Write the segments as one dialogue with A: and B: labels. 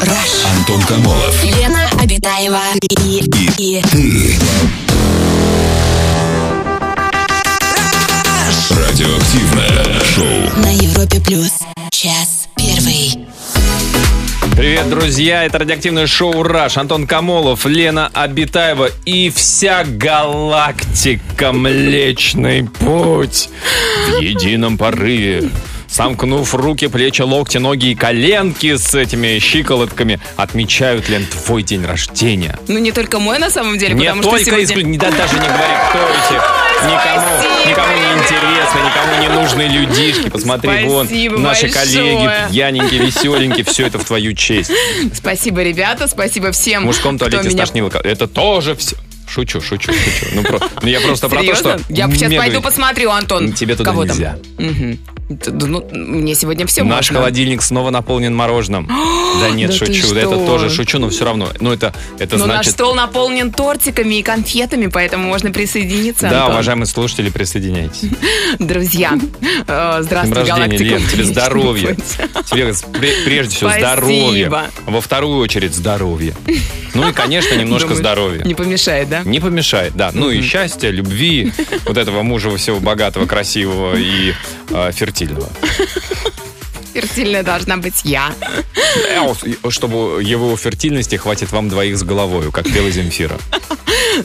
A: Rush.
B: Антон Камолов.
A: Лена Обитаева и, и, и
B: Ты. Радиоактивное шоу.
A: на Европе плюс час первый.
C: Привет, друзья! Это радиоактивное шоу «Раш». Антон Камолов, Лена Обитаева и вся галактика «Млечный путь» в едином порыве. Сомкнув руки, плечи, локти, ноги и коленки с этими щиколотками, отмечают, Лен, твой день рождения.
D: Ну, не только мой, на самом деле,
C: Не
D: потому
C: только
D: что сегодня...
C: исклю- да, даже не говори, кто эти. Никому,
D: спасибо,
C: никому не интересно, никому не нужны людишки. Посмотри,
D: Спасибо
C: вон, наши
D: большое.
C: коллеги, пьяненькие, веселенькие, все это в твою честь.
D: Спасибо, ребята, спасибо всем,
C: В мужском
D: кто
C: туалете
D: меня...
C: стошнило. Это тоже все. Шучу, шучу, шучу. Ну, про- ну, я просто про то,
D: Серьезно?
C: что...
D: Я сейчас
C: мега-
D: пойду посмотрю, Антон.
C: Тебе туда
D: Кого там?
C: нельзя.
D: Т- да Ну, мне сегодня все
C: Наш
D: можно.
C: холодильник снова наполнен мороженым. Да нет,
D: Да ты
C: шучу. Да Это
D: что?
C: тоже шучу, но все равно. Ну, это, это
D: Но наш
C: значит...
D: стол наполнен тортиками и конфетами, поэтому можно присоединиться,
C: Да,
D: Антон.
C: уважаемые слушатели, присоединяйтесь.
D: Друзья, э,
C: С днем
D: здравствуй,
C: рождения,
D: галактика.
C: Лен, тебе здоровья. Тебе с- пре- прежде всего здоровья.
D: Спасибо.
C: Во вторую очередь здоровья. Ну и, конечно, немножко
D: Думаешь,
C: здоровья.
D: Не помешает, да?
C: Не помешает, да. Ну и счастья, любви, вот этого мужа всего богатого, красивого и э, фертильного.
D: Фертильная должна быть я.
C: Э, вот, и- Чтобы его фертильности хватит вам двоих с головою, как пела Земфира.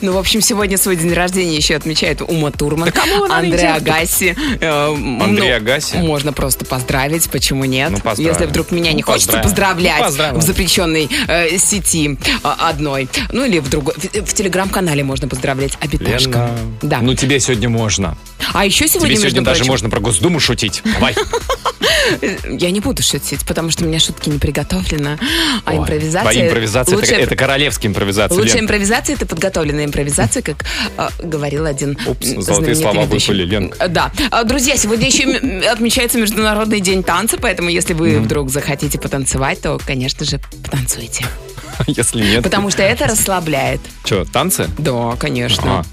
D: Ну, в общем, сегодня свой день рождения еще отмечает Ума Турман, Андреа Агасси. Э, м,
C: Андрей
D: ну,
C: Агаси.
D: Можно просто поздравить, почему нет?
C: Ну, поздравим.
D: Если вдруг меня не
C: Ну,
D: хочется
C: поздравим. Ну,
D: поздравлять
C: поздравим.
D: в запрещенной э, сети э, одной, ну или в другой, в, в телеграм-канале можно поздравлять обиташка.
C: Лена,
D: Да.
C: Ну тебе сегодня можно.
D: а еще сегодня,
C: Тебе сегодня
D: между
C: даже
D: прочим, э,
C: можно про Госдуму шутить. Давай.
D: я не буду шутить, потому что у меня шутки не приготовлены, а
C: Ой,
D: импровизация.
C: Твоя импровизация, это-
D: лучшая-
C: это королевская импровизация,
D: Лучшая
C: Лен.
D: импровизация это подготовленная импровизация, как э, говорил один.
C: Упс,
D: м,
C: золотые
D: знаменитый
C: слова
D: ведущий.
C: выпали, Ленка.
D: Э, Да. А, Друзья, сегодня еще м, отмечается Международный день танца, поэтому если вы вдруг захотите потанцевать, то, конечно же, потанцуйте.
C: Если нет,
D: Потому что это расслабляет.
C: что, танцы?
D: Да, конечно.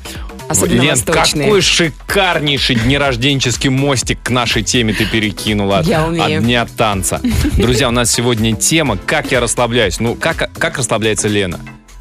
C: А.
D: Особенно
C: Лен,
D: восточные.
C: какой шикарнейший днерожденческий мостик к нашей теме ты перекинула от,
D: Я умею.
C: от дня танца. Друзья, у нас сегодня тема «Как я расслабляюсь». Ну, как, как расслабляется Лена?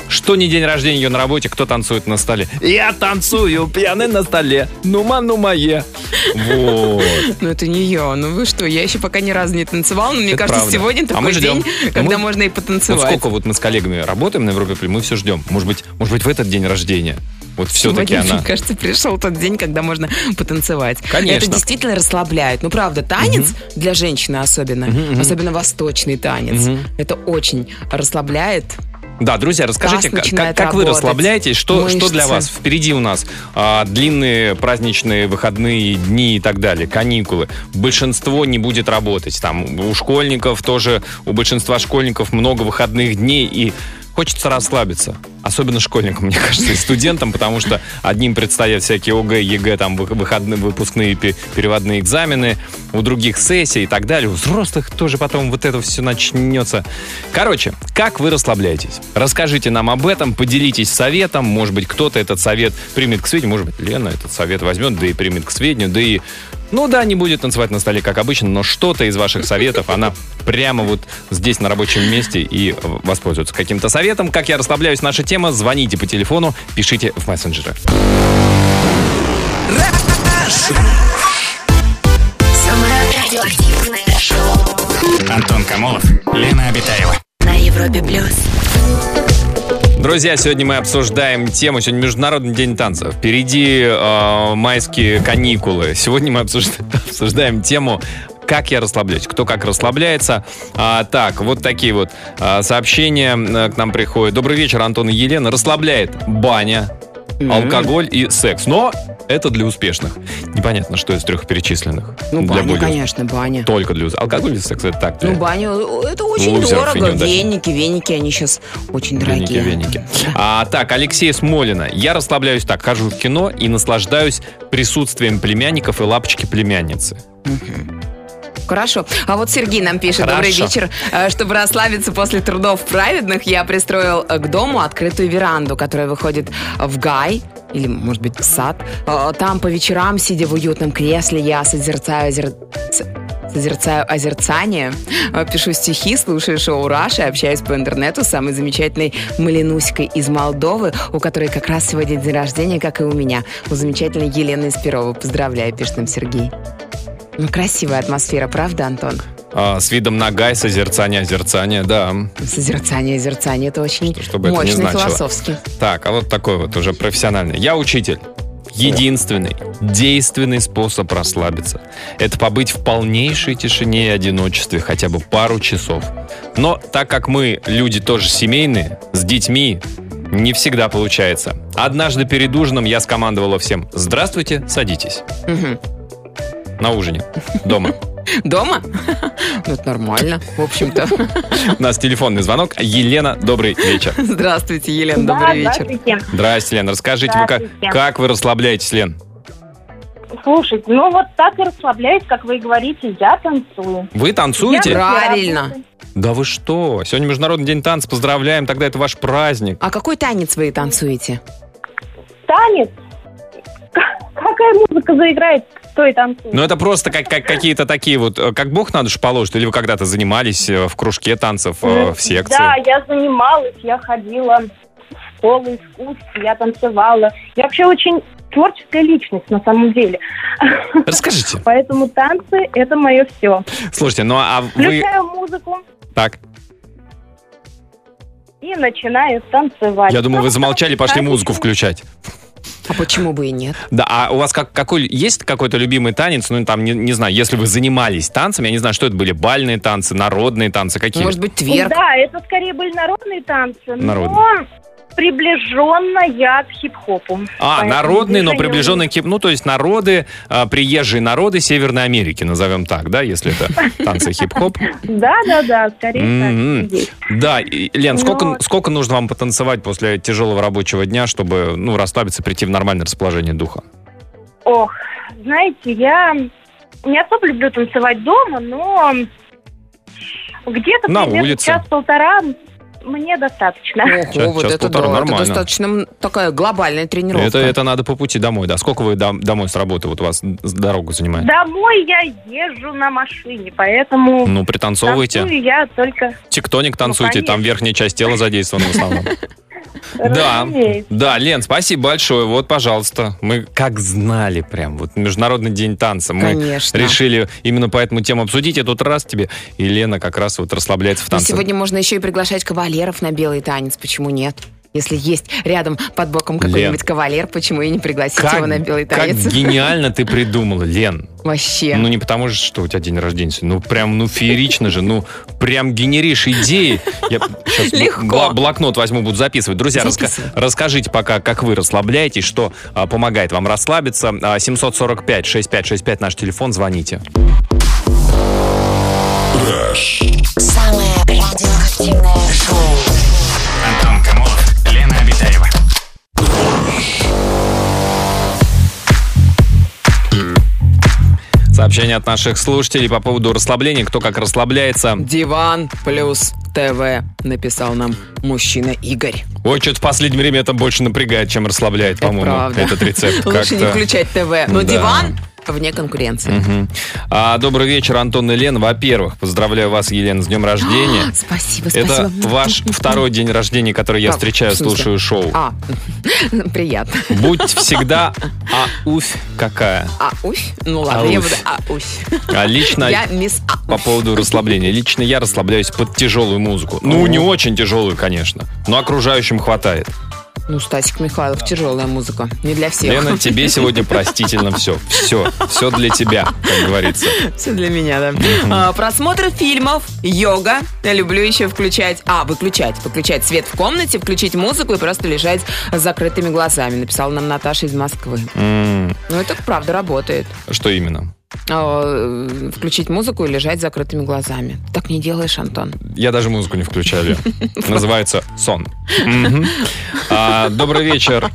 C: Что не день рождения ее на работе, кто танцует на столе? Я танцую, пьяный на столе, нума нума е. Вот.
D: Ну это не я. Ну вы что, я еще пока ни разу не танцевала, но мне
C: Это
D: кажется,
C: правда.
D: сегодня
C: А
D: такой
C: мы ждем.
D: день, когда
C: Мы-
D: можно и
C: Вот
D: потанцевать.
C: сколько вот мы с коллегами работаем на Европе, Плюс, мы все ждем. Может быть, может быть в этот день рождения. Вот все-таки
D: Сегодня,
C: она.
D: Мне кажется, пришел тот день, когда можно потанцевать.
C: Конечно.
D: Это действительно расслабляет. Ну, правда, танец для женщины особенно, особенно восточный танец, это очень расслабляет.
C: Да, друзья, расскажите,
D: Таз
C: как,
D: начинает
C: как вы
D: работать,
C: расслабляетесь, что, что для
D: мышцы.
C: вас впереди у нас? А, длинные праздничные выходные дни и так далее, каникулы. Большинство не будет работать. Там у школьников тоже, у большинства школьников много выходных дней и хочется расслабиться. Особенно школьникам, мне кажется, и студентам, потому что одним предстоят всякие ОГЭ, ЕГЭ, там вы- выходные, выпускные, пе- переводные экзамены, у других сессии и так далее. У взрослых тоже потом вот это все начнется. Короче, как вы расслабляетесь? Расскажите нам об этом, поделитесь советом. Может быть, кто-то этот совет примет к сведению, может быть, Лена этот совет возьмет, да и примет к сведению, да и... Ну да, не будет танцевать на столе, как обычно, но что-то из ваших советов, она прямо вот здесь, на рабочем месте, и воспользуется каким-то советом. Как я расслабляюсь, наша тема. Звоните по телефону, пишите в мессенджерах.
A: Самое радиоактивное шоу
E: Антон Камолов, Лена Обитаева.
A: на Европе плюс.
C: Друзья, сегодня мы обсуждаем тему. Сегодня Международный день танца. Впереди э, майские каникулы. Сегодня мы обсужда- обсуждаем тему как я расслабляюсь, кто как расслабляется. А, так, вот такие вот а, сообщения э, к нам приходят. Добрый вечер, Антон и Елена. Расслабляет баня, алкоголь и секс. Но это для успешных. Непонятно, что из трех перечисленных.
D: Ну,
C: для
D: баня,
C: более-
D: конечно, баня.
C: Только для уз- Алкоголь и секс это так.
D: Ну,
C: для-
D: баню, это очень
C: Лузеров
D: дорого.
C: и неудачников.
D: Веники, веники, они сейчас очень
C: Веники,
D: дорогие.
C: веники. А, так, Алексея Смолина. Я расслабляюсь так, хожу в кино и наслаждаюсь присутствием племянников и лапочки племянницы.
D: Хорошо. А вот Сергей нам пишет.
C: Хорошо.
D: Добрый вечер. Э, Чтобы расслабиться после трудов праведных, я пристроил э, к дому открытую веранду, которая выходит в гай или, может быть, в сад. Э, Там по вечерам, сидя в уютном кресле, я созерцаю зер- с- Созерцаю озерцание, э, пишу стихи, слушаю шоу Раши, общаюсь по интернету с самой замечательной Малинуськой из Молдовы, у которой как раз сегодня день рождения, как и у меня, у замечательной Елены Спирова. Поздравляю, пишет нам Сергей. Ну, красивая атмосфера, правда, Антон?
C: А, с видом на гай, созерцание, озерцание, да.
D: Созерцание, озерцание, это очень
C: Что- что бы это ни
D: мощно и
C: значило.
D: философски.
C: Так, а вот такой вот уже профессиональный. Я учитель. Единственный, действенный способ расслабиться – это побыть в полнейшей тишине и одиночестве хотя бы пару часов. Но так как мы люди тоже семейные, с детьми, не всегда получается. Однажды перед ужином я скомандовала всем «Здравствуйте, садитесь».
D: Мгм.
C: На ужине, дома.
D: Дома? Ну, это нормально, в общем-то.
C: У нас телефонный звонок. Елена, добрый вечер.
D: Здравствуйте, Елена,
F: Да,
D: добрый вечер.
F: здравствуйте.
C: Здрасте, Лен. Расскажите, вы как,
F: Здравствуйте.
C: как вы расслабляетесь, Лен?
F: Слушайте, ну вот так и расслабляюсь, как вы и говорите, я танцую.
C: Вы
F: Я
C: танцуете?
D: Правильно.
F: работаю.
C: Да вы что? Сегодня Международный день танца. Поздравляем, тогда это ваш праздник.
D: А какой танец вы танцуете?
F: Танец? Какая музыка заиграет, кто и танцует?
C: Но Ну, это просто как, как- какие-то такие вот, э, как бог на душу положит, или вы когда-то занимались э, в кружке танцев, э, в секции?
F: Да, я занималась, я ходила в школу искусств, я танцевала. Я вообще очень творческая личность на самом деле.
C: Расскажите.
F: Поэтому танцы – это мое все.
C: Слушайте, ну а вы...
F: Включаю музыку
C: Так,
F: и начинаю танцевать. Ну,
C: я думаю, вы замолчали, пошли музыку включать.
D: А почему бы и нет?
C: Да, а у вас как, какой, есть какой-то любимый танец? Ну, там, не, не знаю, если вы занимались танцами, я не знаю, что это были, бальные танцы, народные танцы, какие?
D: Может быть, тверк?
F: Да, это скорее были народные танцы,
C: Народные.
F: но приближенно я к хип-хопу.
C: А,
F: Поэтому
C: народные, но
F: движение
C: приближенные к... Ну, то есть народы, а, приезжие народы Северной Америки, назовем так, да, если это танцы хип-хоп.
F: Да, да, да, скорее
C: Мгм.
F: так и есть.
C: Да, и, Лен,
F: Но-
C: сколько, сколько нужно вам потанцевать после тяжелого рабочего дня, чтобы, ну, расслабиться, прийти в нормальное расположение духа?
F: Ох, знаете, я не особо люблю танцевать дома, но где-то
C: На
F: примерно
C: улице.
F: час-полтора мне достаточно.
C: Щас-
D: Ого, вот
C: щас
D: это
C: полтора,
D: да, это
C: нормально.
D: достаточно м, такая глобальная
C: Это,
D: тренировка.
C: это надо по пути домой, да. Сколько вы дом- домой с работы, вот у вас с- дорогу занимает?
F: Домой я езжу на машине, поэтому
C: Ну, пританцовывайте.
F: танцую я только...
C: Тектоник танцуйте,
F: Ну, конечно.
C: там верхняя часть тела задействована в основном. Да,
F: разумеется.
C: да, Лен, спасибо большое. Вот, пожалуйста, мы как знали прям, вот Международный день танца. Мы
D: Конечно.
C: решили именно поэтому тему обсудить. И тут раз тебе, и Лена как раз вот расслабляется в
D: Но
C: танце.
D: Ну, сегодня можно еще и приглашать кавалеров на белый танец, почему нет? Если есть рядом под боком какой-нибудь
C: Лен.
D: кавалер, почему и не пригласить его на белый
C: как
D: танец?
C: гениально ты придумала, Лен.
D: Вообще.
C: Ну не потому же, что у тебя день рождения сегодня. Ну прям, ну феерично же. Ну прям генеришь идеи. Я сейчас
D: Легко.
C: блокнот возьму, буду записывать. Друзья, раска-
D: Записывай.
C: расскажите пока, как вы расслабляетесь, что а, помогает вам расслабиться. А, 745-6565 наш телефон, звоните.
A: Самое радиоактивное шоу.
E: Антон Камолов, Лена Обитаева.
C: Сообщение от наших слушателей по поводу расслабления. Кто как расслабляется.
D: Диван плюс ТВ написал нам мужчина Игорь.
C: Ой, что-то в последнее время это больше напрягает, чем расслабляет, по-моему,
D: правда.
C: этот рецепт.
D: Лучше не
C: как-то.
D: включать ТВ. Но
C: Да.
D: диван вне конкуренции.
C: Мгм. А, добрый вечер, Антон и Лен. Во-первых, поздравляю вас, Елена, с днем рождения.
D: Спасибо, спасибо.
C: Это ваш второй день рождения, который я
D: Как?
C: встречаю,
D: В смысле?
C: слушаю шоу.
D: А, приятно.
C: Будь всегда а уфь какая.
D: А уфь? Ну ладно, я
C: Ауфь.
D: буду а уфь.
C: А лично
D: Я мисс А.
C: по поводу расслабления. Лично я расслабляюсь под тяжелую музыку. Ну, не очень тяжелую, конечно, но окружающим хватает.
D: Ну, Стасик Михайлов, тяжелая музыка. Не для всех.
C: Лена, тебе сегодня простительно все. Все, все для тебя, как говорится.
D: Все для меня, да. А, просмотр фильмов, йога. Я люблю еще включать... А, выключать. Выключать свет в комнате, включить музыку и просто лежать с закрытыми глазами. Написала нам Наташа из Москвы.
C: М,
D: Ну, это правда работает.
C: Что именно?
D: А, э, Включить музыку и лежать с закрытыми глазами. Так не делаешь, Антон.
C: Я даже музыку не включаю. Лен. Называется «Сон». Мгм. А, Добрый вечер.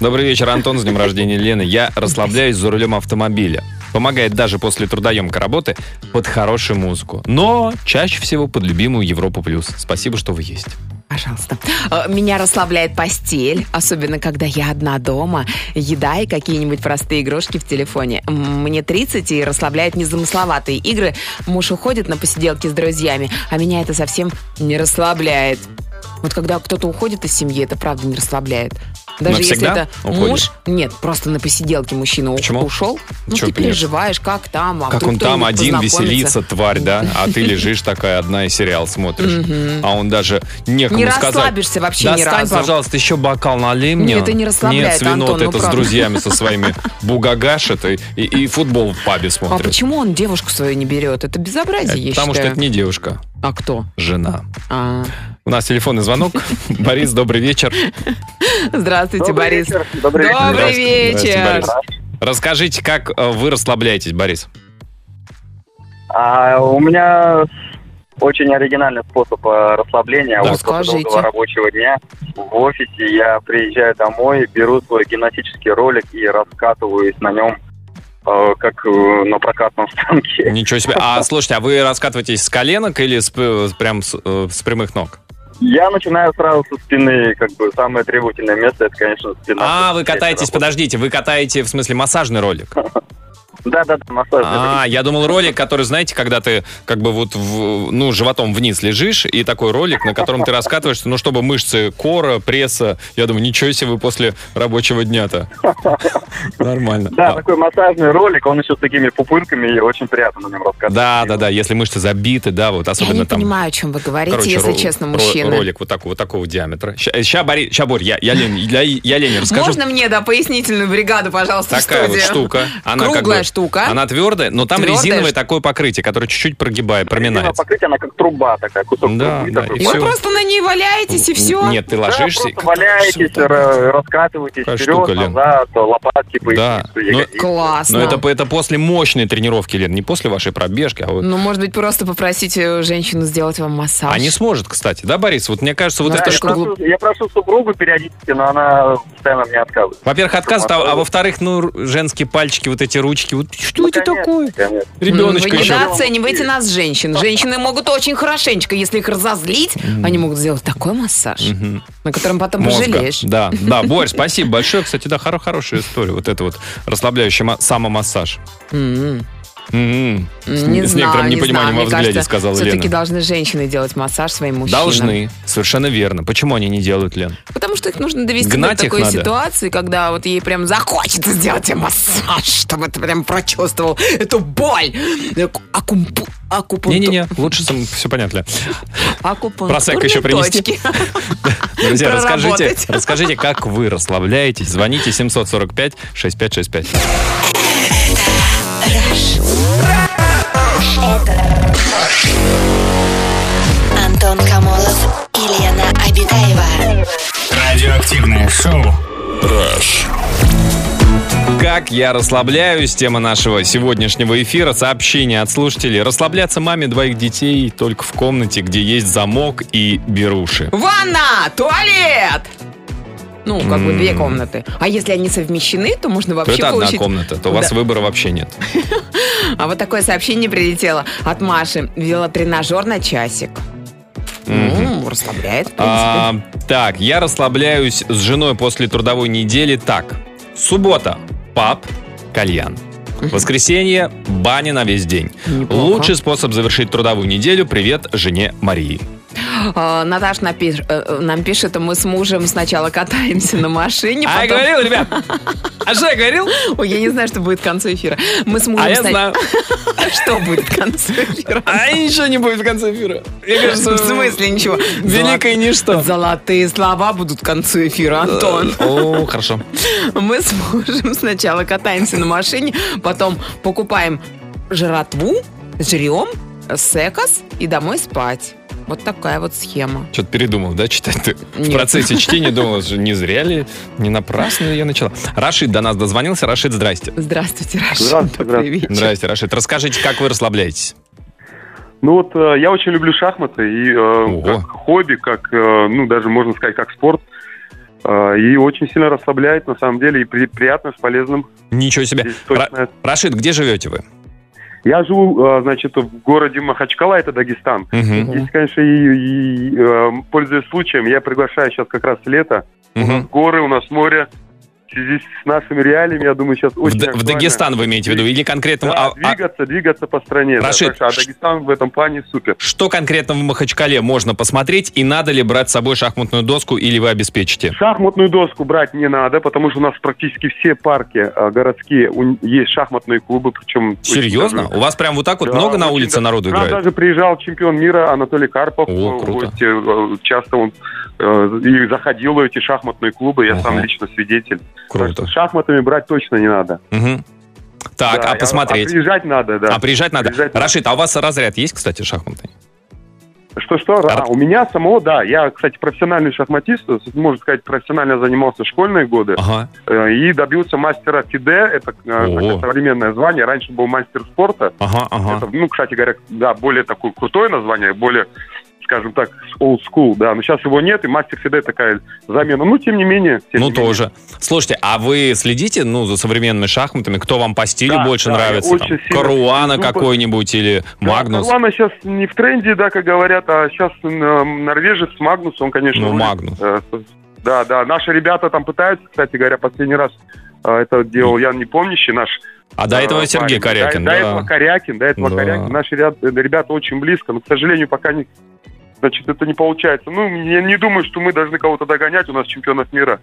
C: Добрый вечер, Антон, с днем рождения Лены. Я расслабляюсь за рулем автомобиля. Помогает даже после трудоемкой работы под хорошую музыку. Но чаще всего под любимую Европу+. плюс. Спасибо, что вы есть.
D: Пожалуйста. Э, Меня расслабляет постель, особенно когда я одна дома. Еда и какие-нибудь простые игрушки в телефоне. М, Мне 30 и расслабляют незамысловатые игры. Муж уходит на посиделки с друзьями, а меня это совсем не расслабляет. Вот когда кто-то уходит из семьи, это правда не расслабляет. Даже если
C: Навсегда
D: это
C: уходит?
D: муж, нет, просто на посиделке мужчина у-
C: Почему?
D: ушел. Ну,
C: Чё,
D: ты
C: конечно.
D: переживаешь, как там, а
C: Как
D: вдруг
C: он там
D: кто-нибудь
C: один
D: познакомится.
C: веселится, тварь, да? А ты лежишь такая одна и сериал смотришь. А он даже некому
D: Не
C: сказать.
D: расслабишься вообще ни
C: Достань,
D: разу».
C: пожалуйста, еще бокал налей мне.
D: Нет, это не расслабляет,
C: Нет, свинот,
D: Антон, ну
C: это с
D: правда.
C: друзьями со своими бугагашит и, и, и футбол в пабе
D: А
C: смотрит.
D: почему он девушку свою не берет? Это безобразие, я
C: Потому что
D: считаю.
C: это не девушка,
D: А кто?
C: жена.
D: А.
C: У нас телефонный звонок. Борис, добрый вечер.
D: Здравствуйте,
G: Добрый
D: Борис.
G: вечер. Добрый вечер.
D: Добрый
C: Здравствуйте.
D: вечер.
C: Здравствуйте, Расскажите, как э, вы расслабляетесь, Борис?
G: А, у меня очень оригинальный способ э, расслабления.
D: Да.
G: Вот после
D: Расскажите.
G: долгого рабочего дня в офисе я приезжаю домой, беру свой гимнастический ролик и раскатываюсь на нем, э, как э, на прокатном станке.
C: Ничего себе. А слушайте, а вы раскатываетесь с коленок или с, э, прям с, э, с прямых ног?
G: Я начинаю сразу со спины, как бы самое требовательное место, это, конечно, спина.
C: А, вы катаетесь, подождите, вы катаете, в смысле, массажный ролик?
G: Да-да-да, массаж.
C: А, я думал ролик, который, знаете, когда ты как бы вот, в- ну, животом вниз лежишь, и такой ролик, на котором ты раскатываешься, ну, чтобы мышцы кора, пресса. Я думаю, ничего себе вы после рабочего дня-то. Нормально.
G: Да,
C: А,
G: такой массажный ролик, он еще с такими пупырками, и очень приятно на нем раскатывать.
C: Да, да, да, если мышцы забиты, да, вот
D: Я
C: особенно
D: не
C: там...
D: понимаю, о чем вы говорите,
C: короче,
D: если
C: ро-
D: честно,
C: ро-
D: мужчина.
C: Ролик вот такого, вот такого диаметра. Сейчас, Борис, ща, Борь, я, я, Лене- я, я Лене расскажу.
D: Можно мне, да, пояснительную бригаду, пожалуйста, в
C: Такая вот
D: студию?
C: штука. Она как
D: Круглая
C: бы-
D: штука.
C: Она твердая, но там
D: Твердая
C: резиновое
D: ш-
C: такое покрытие, которое чуть-чуть прогибает,
G: Резиновое
C: проминается.
G: покрытие, она как труба такая, кусок
C: Да,
G: трубы
C: да,
G: такой.
C: и
D: Вы
C: всё.
D: просто на ней валяетесь и все?
C: Нет, ты
G: Да,
C: ложишься. и
G: просто валяетесь,
C: всё так.
G: ра- раскатываетесь
C: Какая
G: вперед,
C: штука, Лен.
G: назад, лопатки,
C: Да.
G: поясницу,
C: Ну,
G: ягодицы.
D: Классно.
C: Но это, это после мощной тренировки, Лен, не после вашей пробежки, а вот.
D: Ну, может быть, просто попросить э, женщину сделать вам массаж.
C: А не сможет, кстати, да, Борис? Вот мне кажется, вот
D: Да,
C: это
G: я,
D: что
G: прошу, я прошу супругу периодически, но она постоянно мне отказывает.
C: Во-первых, отказ, а, а
G: Массаж.
C: во-вторых, ну, ру- женские пальчики, вот эти ручки, вот что
G: Ну,
C: это
G: конечно,
C: такое?
G: конечно.
D: Ну,
C: Ребеночка
D: Вы
C: еще.
D: недооцениваете нас, женщин. Женщины могут очень хорошенечко, если их разозлить, они могут сделать такой массаж, на котором потом
C: мозга.
D: пожалеешь.
C: Да, да, Борь, спасибо большое. Кстати, да, хоро- хорошая история. Вот это вот расслабляющий ма- самомассаж.
D: М.
C: М-м. С-
D: Не
C: с
D: знаю,
C: некоторым
D: не
C: непониманием
D: знаю.
C: во
D: Мне
C: взгляде,
D: кажется,
C: сказала
D: Все-таки
C: Лена.
D: должны женщины делать массаж своим мужчинам.
C: Должны. Совершенно верно. Почему они не делают, Лен?
D: Потому что их нужно довести
C: Гнать
D: до
C: их
D: такой
C: надо.
D: ситуации, когда вот ей прям захочется сделать тебе массаж, чтобы ты прям прочувствовал эту боль. Акумпу... акупункту-
C: Не-не-не, Ну, лучше все понятно.
D: акупунктурные
C: Про секс еще принести?
D: точки.
C: Друзья, расскажите,
D: Проработать.
C: расскажите, как вы расслабляетесь. Звоните 745-6565.
A: Антон Камолов и Лена Обитаева.
E: Радиоактивное шоу.
C: Как я расслабляюсь, тема нашего сегодняшнего эфира. Сообщение от слушателей. Расслабляться маме двоих детей только в комнате, где есть замок и беруши.
D: Ванна, туалет! Ну, как бы две
C: М.
D: комнаты. А если они совмещены, то можно
C: То
D: вообще
C: это одна
D: получить...
C: комната, то у вас
D: Да.
C: выбора вообще нет.
D: А вот такое сообщение прилетело от Маши. Велотренажер на часик.
C: Мгм.
D: Ну, расслабляет, в принципе.
C: А, так, я расслабляюсь с женой после трудовой недели так. Суббота. Пап. Кальян. Воскресенье. Баня на весь день.
D: Неплохо.
C: Лучший способ завершить трудовую неделю. Привет жене Марии.
D: А, Наташ напиш- э, э, нам пишет, мы с мужем сначала катаемся на машине,
C: А я
D: потом-
C: говорил, ребят. А что я говорил?
D: Ой, я не знаю, что будет к концу эфира. Мы с мужем...
C: А я
D: сна-
C: знаю.
D: Что будет к концу эфира?
C: А ничего не будет в конце эфира. Мне кажется,
D: В смысле ничего?
C: Великое ничто.
D: Золо- Золотые слова будут к концу эфира, Антон.
C: О, хорошо.
D: Мы с мужем сначала катаемся на машине, потом покупаем жратву, жрем, секас и домой спать. Вот такая вот схема.
C: Что-то передумал, да, читать ты? В
D: Нет.
C: процессе чтения думал, что не зря ли, не напрасно ли я начала. Рашид до нас дозвонился. Рашид, здрасте.
D: Здравствуйте, Раша.
H: Здравствуйте,
D: Добрый вечер.
C: Здрасте, Рашид. Расскажите, как вы расслабляетесь?
H: Ну вот э, я очень люблю шахматы и э,
C: Ого.
H: как хобби, как э, ну даже можно сказать как спорт. Э, и очень сильно расслабляет на самом деле и при- приятно с полезным.
C: Ничего себе.
H: Здесь точно.
C: Ра- Рашид, где живете вы?
H: Я живу, э, значит, в городе Махачкала, это Дагестан.
C: Мгм,
H: Здесь, конечно, и, и, э, пользуясь случаем, я приглашаю сейчас как раз лето. У нас
C: мгм.
H: горы, у нас море. В связи с нашими реалиями, я думаю, сейчас
C: В
H: очень
C: Д- в
H: актуально.
C: Дагестан вы имеете в виду? Или конкретно...
H: Да,
C: а- а
H: двигаться, двигаться по стране. да.
C: Рашид,
H: Так что, а
C: ш-
H: Дагестан в этом плане супер.
C: Что конкретно в Махачкале можно посмотреть? И надо ли брать с собой шахматную доску или вы обеспечите?
H: Шахматную доску брать не надо, потому что у нас практически все парки э, городские у- есть шахматные клубы, причем... очень
C: Серьезно?
H: даже-
C: У вас прям вот так вот
H: Да,
C: много на
H: очень
C: улице
H: да-
C: народу
H: К нам
C: играет?
H: даже приезжал чемпион мира Анатолий Карпов.
C: О,
H: э, в
C: круто.
H: гости, э, часто он э, и заходил в эти шахматные клубы, я сам
C: Ага.
H: лично свидетель. Так
C: Круто.
H: что с шахматами брать точно не надо.
C: Мгм. Так,
H: Да,
C: а посмотреть?
H: А приезжать надо, да.
C: А приезжать надо.
H: Приезжать надо.
C: Рашид, а у вас разряд есть, кстати, шахматный?
H: Что-что? А, у меня самого, да. Я, кстати, профессиональный шахматист, можно сказать, профессионально занимался в школьные годы.
C: Ага.
H: Э, и добился мастера ФИДЕ, это э,
C: Ого.
H: такое современное звание, раньше был мастер спорта,
C: Ага, ага.
H: это, ну, кстати говоря, да, более такое крутое название, более, скажем так, old school, да, но сейчас его нет, и мастер ФИДЕ такая замена, ну, тем не менее. тем
C: Ну
H: не менее.
C: тоже. Слушайте, а вы следите ну, за современными шахматами? Кто вам по стилю
H: Да,
C: больше
H: да, я
C: нравится?
H: очень
C: Там,
H: сильно
C: Каруана
H: слежу,
C: какой-нибудь или
H: Да,
C: Магнус?
H: Каруана сейчас не в тренде, да, как говорят, а сейчас э, норвежец Магнус, он, конечно...
C: Ну,
H: рулит.
C: Магнус.
H: Э, Да, да, наши ребята там пытаются, кстати говоря, последний раз э, это делал Ян Непомнящий, наш
C: А до этого
H: Э,
C: Сергей
H: парень.
C: Корякин,
H: До, до
C: да.
H: этого Корякин, до этого
C: Да.
H: Корякин. Наши ряд- э, ребята очень близко, но, к сожалению, пока не, значит, это не получается. Ну, я не думаю, что мы должны кого-то догонять, у нас чемпионов мира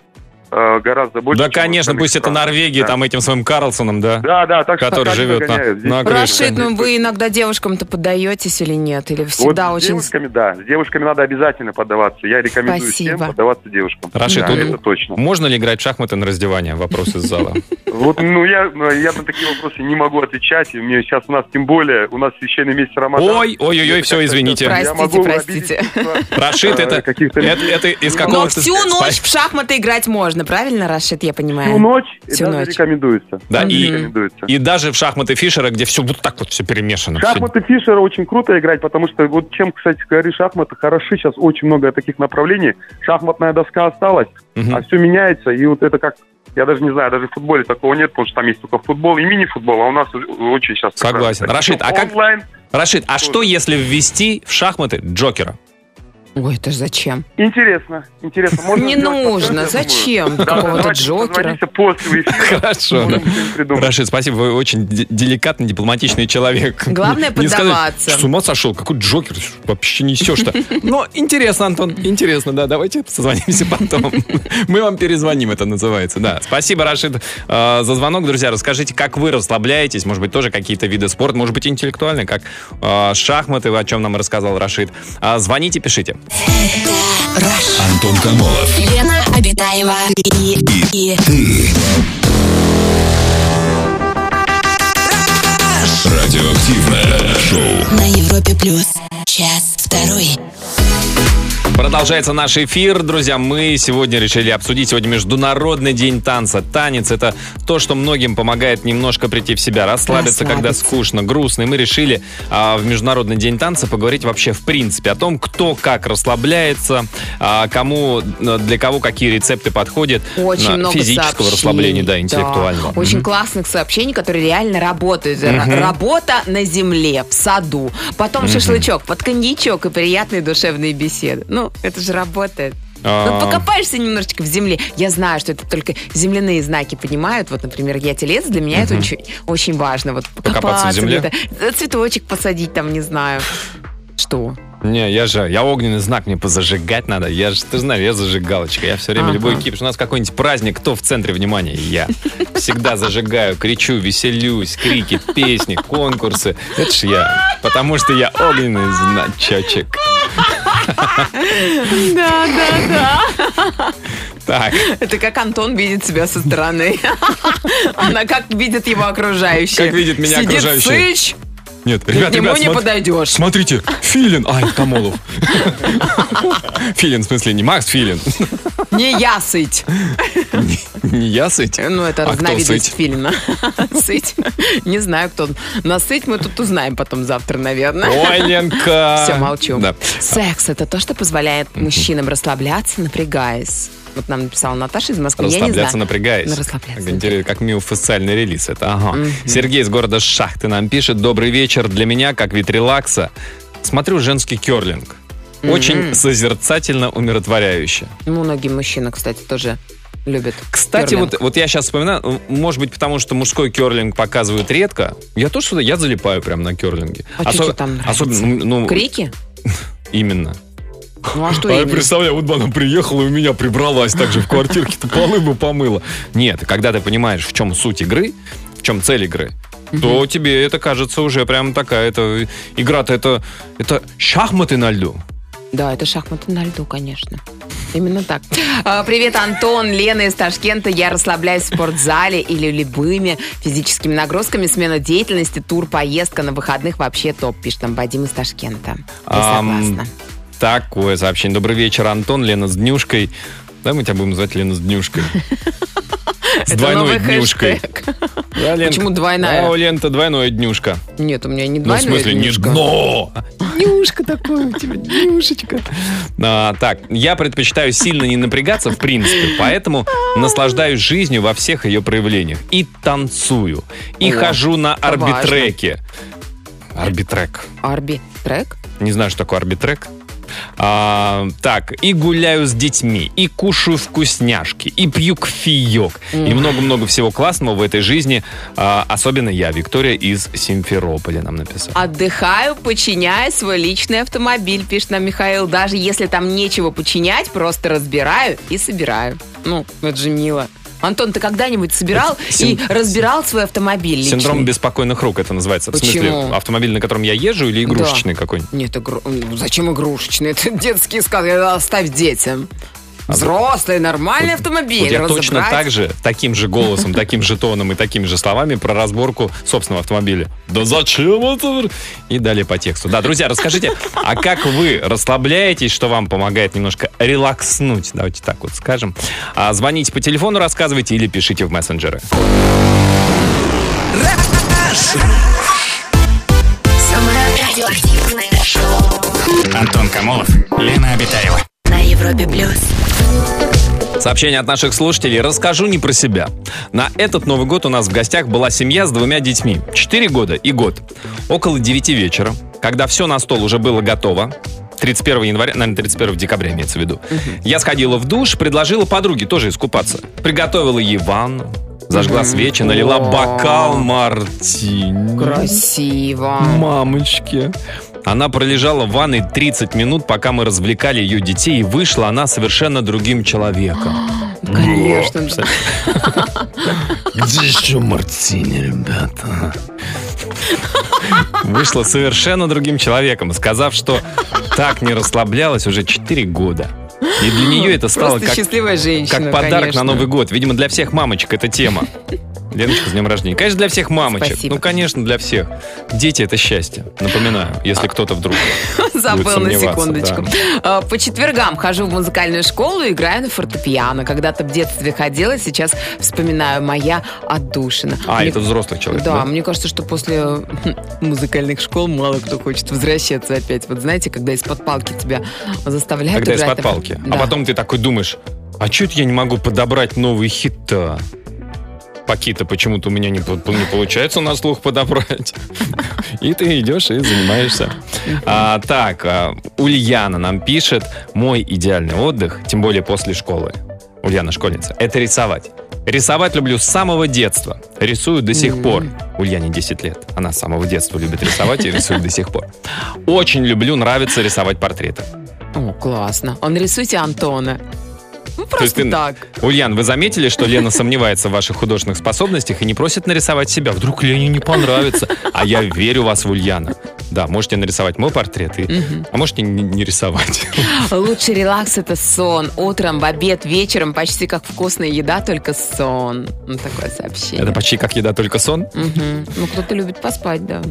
H: э, гораздо больше.
C: Да,
H: чем у
C: конечно,
H: остальных
C: пусть это
H: стран.
C: Норвегия,
H: Да.
C: там этим своим Карлсоном, да,
H: Да, да, так что
C: который
H: так не
C: живет на,
H: догоняют. Здесь-
C: на крыше.
D: Рашид, ну вы иногда девушкам-то поддаетесь или нет? Или
H: Вот
D: всегда
H: с
D: очень...
H: девушками, да, с девушками надо обязательно поддаваться. Я рекомендую
D: Спасибо.
H: всем поддаваться девушкам.
C: Рашид,
H: Да,
C: ну-
H: это точно.
C: Можно ли играть в шахматы на раздевание? Вопрос из зала.
H: Вот, ну, я, ну, я на такие вопросы не могу отвечать. И мне сейчас у нас, тем более, у нас священный месяц Рамадан.
C: Ой, ой-ой-ой, все, извините.
D: Прости.
H: Я могу
D: простите.
H: обидеть чувства,
C: Рашид,
H: э,
C: это,
H: каких-то
C: это, это из
D: Но
C: какого-то...
D: всю ночь
C: Спа-
D: в шахматы играть можно, правильно, Рашид, я
H: Всю
D: понимаю?
H: ночь и
D: Всю
H: даже
D: ночь.
H: рекомендуется.
C: Да,
H: Даже
C: и-
H: рекомендуется.
C: И даже в шахматы Фишера, где все вот так вот все перемешано. всё.
H: Шахматы Фишера очень круто играть, потому что вот чем, кстати говоря, шахматы хороши, сейчас очень много таких направлений. Шахматная доска осталась,
C: Мгм.
H: а все меняется, и вот это как, я даже не знаю, даже в футболе такого нет, потому что там есть только футбол и мини-футбол, а у нас очень сейчас... такая-
C: Согласен. Рашид, а как-
H: Онлайн
C: Рашид, а что если ввести в шахматы Джокера?
D: Ой, это ж зачем?
H: Интересно, интересно. Можно
D: Не
H: сделать подкаст,
D: нужно,
H: я думаю.
D: зачем?
H: Да,
D: Какого-то
H: давайте
D: Джокера.
H: позвонимся после эфира.
C: Хорошо.
H: Можем что-нибудь придумать.
C: Рашид, спасибо, вы очень де- деликатный, дипломатичный человек.
D: Главное
C: Не сказать,
D: поддаваться.
C: «Ты С ума сошел, какой Джокер, вообще несешь-то. Но интересно, Антон, интересно, да, давайте созвонимся потом. Мы вам перезвоним, это называется, да. Спасибо, Рашид, э, за звонок, друзья. Расскажите, как вы расслабляетесь, может быть, тоже какие-то виды спорта, может быть, интеллектуальные, как э, шахматы, о чем нам рассказал Рашид. А, Звоните, пишите.
B: Антон Камолов.
A: Лена Обитаева и, и
B: Радиоактивное шоу.
A: на Европе плюс. Час второй.
C: Продолжается наш эфир, друзья. Мы сегодня решили обсудить сегодня Международный день танца. Танец это то, что многим помогает немножко прийти в себя, расслабиться, когда
D: Расслабиться.
C: скучно, грустно. И мы решили а, в Международный день танца поговорить вообще в принципе о том, кто как расслабляется, а, кому э, для кого какие рецепты подходят
D: Очень
C: на
D: много
C: физического
D: сообщений,
C: расслабления, да, интеллектуального.
D: да. Очень
C: Мгм.
D: классных сообщений, которые реально работают. Р- Работа на земле, в саду. Потом шашлычок под коньячок и приятные душевные беседы. Ну, это же работает. Ну,
C: А,
D: покопаешься немножечко в земле. Я знаю, что это только земляные знаки понимают. Вот, например, я телец, для меня это очень, очень важно. Вот
C: Покопаться в земле?
D: где-то, Э, Цветочек посадить там, не знаю. Что?
C: Не, я же, я огненный знак, мне позажигать надо. Я же, ты же знаешь, я зажигалочка. Я все время
D: Ага.
C: любой кипиш. У нас какой-нибудь праздник, кто в центре внимания? Я. Всегда зажигаю, кричу, веселюсь, крики, песни, конкурсы. Это ж я. Потому что я огненный значочек.
D: Да, да, да.
C: Так,
D: Это как Антон видит себя со стороны. Она как видит его окружающие.
C: Как видит меня
D: Сидит
C: окружающие.
D: сыч,
C: нет,
D: ты
C: ребят,
D: к нему
C: ребят,
D: не
C: смотри-
D: подойдешь.
C: Смотрите, Филин. Ай, Камолов. Филин, в смысле, не Макс Филин.
D: Не я сыть.
C: Не я сыть?
D: Ну, это
C: А кто
D: разновидность
C: сыть?
D: фильма. Сыть. Не знаю, кто. На сыть мы тут узнаем потом завтра, наверное.
C: Ой, Ленка.
D: Все, молчу.
C: А, Да.
D: Секс – это то, что позволяет мужчинам расслабляться, напрягаясь. Вот нам написала Наташа из Москвы. Я не
C: Расслабляться,
D: знаю.
C: напрягаясь.
D: Ну, расслабляться.
C: Интересно, как миофициальный релиз это. Ага. Сергей из города Шахты нам пишет. Добрый вечер. Для меня, как вид релакса, смотрю женский керлинг. Очень созерцательно умиротворяюще.
D: Ну, Многие мужчины, кстати, тоже любят.
C: Кстати,
D: керлинг.
C: вот, э, вот я сейчас вспоминаю, может быть, потому что мужской керлинг показывают редко. Я тоже сюда, я залипаю прям на керлинге.
D: А чё тебе там нравится?
C: особенно, ну,
D: Крики?
C: именно.
D: Ну, а что
C: А я
D: именно?
C: представляю, вот бы она приехала и у меня прибралась также в квартирке-то полы бы помыла. Нет, когда ты понимаешь, в чем суть игры, в чем цель игры, то тебе это кажется уже прям такая это игра-то это, это шахматы на льду.
D: Да, это шахматы на льду, конечно. Именно так. А, Привет, Антон, Лена из Ташкента. Я расслабляюсь в спортзале или любыми физическими нагрузками. Смена деятельности, тур, поездка на выходных вообще топ, пишет нам Вадим из Ташкента. Я
C: Ам,
D: согласна.
C: Такое сообщение. Добрый вечер, Антон, Лена с днюшкой. Да, мы тебя будем звать Лена с днюшкой. С
D: Это
C: двойной
D: новый
C: днюшкой.
D: хэштег.
C: Да, Ленка?
D: Почему двойная?
C: А у Лены-то двойная днюшка.
D: Нет, у меня не
C: Ну, в
D: двойная
C: смысле, не
D: днюшка.
C: дно.
D: Днюшка такое у тебя, днюшечка.
C: А, так, я предпочитаю сильно не напрягаться, в принципе, поэтому наслаждаюсь жизнью во всех ее проявлениях. И танцую, и
D: О,
C: хожу на
D: это важно.
C: арбитреке. Арбитрек.
D: Арби, трек?
C: Не знаю, что такое арбитрек. А, так, и гуляю с детьми, и кушаю вкусняшки, и пью кофеек, и много-много всего классного в этой жизни. А, особенно я, Виктория из Симферополя нам написала.
D: Отдыхаю, починяя свой личный автомобиль, пишет нам Михаил. Даже если там нечего починять, просто разбираю и собираю. Ну, это же мило. Antон, ты когда-нибудь собирал
C: Это син-
D: и разбирал свой автомобиль личный?
C: Синдром беспокойных рук это называется. В
D: Почему?
C: смысле, автомобиль, на котором я езжу, или игрушечный какой-нибудь?
D: Нет, игру- ну, зачем игрушечный? Это детские сказки, это оставь детям. Взрослый, нормальный автомобиль.
C: А Вот я точно
D: разобрать.
C: так же, таким же голосом, таким же тоном и такими же словами про разборку собственного автомобиля. Да зачем это? И далее по тексту. Да, друзья, расскажите, а как вы расслабляетесь, что вам помогает немножко релакснуть? Давайте так вот скажем. А, звоните по телефону, рассказывайте или пишите в мессенджеры.
A: Самое радиоактивное шоу
E: Антон Камолов, Лена Обитаева.
A: на Европе плюс.
C: Сообщение от наших слушателей «Расскажу не про себя». На этот Новый год у нас в гостях была семья с двумя детьми. Четыре года и год. Около девяти вечера, когда все на стол уже было готово, 31 января, наверное, 31 декабря имеется в виду. Я сходила в душ, предложила подруге тоже искупаться. Приготовила ей ванну, зажгла свечи, налила
D: О.
C: бокал мартини.
D: Красиво.
C: Мамочки. Она пролежала в ванной 30 минут, пока мы развлекали ее детей, и вышла она совершенно другим человеком.
D: Конечно. да.
B: Где еще мартини, ребята?
C: Вышла совершенно другим человеком, сказав, что так не расслаблялась уже 4 года. И для нее это стало
D: Просто
C: как,
D: счастливая женщина,
C: как подарок
D: конечно.
C: на Новый год. Видимо, для всех мамочек эта тема. Леночка, с днем рождения. Конечно, для всех мамочек.
D: Спасибо.
C: Ну, конечно, для всех. Дети — это счастье. Напоминаю, если кто-то вдруг...
D: Забыл на
C: сомневаться,
D: секундочку. А, По четвергам хожу в музыкальную школу и играю на фортепиано. Когда-то в детстве ходила, сейчас вспоминаю моя отдушина.
C: А,
D: Мне-
C: это взрослый человек,
D: Да,
C: да?
D: мне кажется, что после хм, музыкальных школ мало кто хочет возвращаться опять. Вот знаете, когда из-под палки тебя заставляют
C: Когда
D: играть на-
C: из-под палки.
D: Да.
C: А потом ты такой думаешь, а что это я не могу подобрать новый хит-то? Пакита почему-то у меня не, пол- не получается на слух подобрать. И ты идешь и занимаешься. А, так, а, Ульяна нам пишет, мой идеальный отдых, тем более после школы. Ульяна школьница. Это рисовать. Рисовать люблю с самого детства. Рисую до сих пор. Ульяне 10 лет. Она с самого детства любит рисовать и рисует до сих пор. Очень люблю, нравится рисовать портреты.
D: О, классно. Он рисуйте Антона. Ну,
C: есть
D: просто
C: ты-
D: так.
C: Ульян, вы заметили, что Лена сомневается в ваших художественных способностях и не просит нарисовать себя? Вдруг Лене не понравится? А я верю вас в Ульяна. Да, можете нарисовать мой портрет, и- а можете не, не рисовать.
D: Лучший релакс это сон. Утром, в обед, вечером почти как вкусная еда, только сон. Ну, такое сообщение.
C: Это почти как еда, только сон.
D: Мгм. Ну, кто-то любит поспать, да.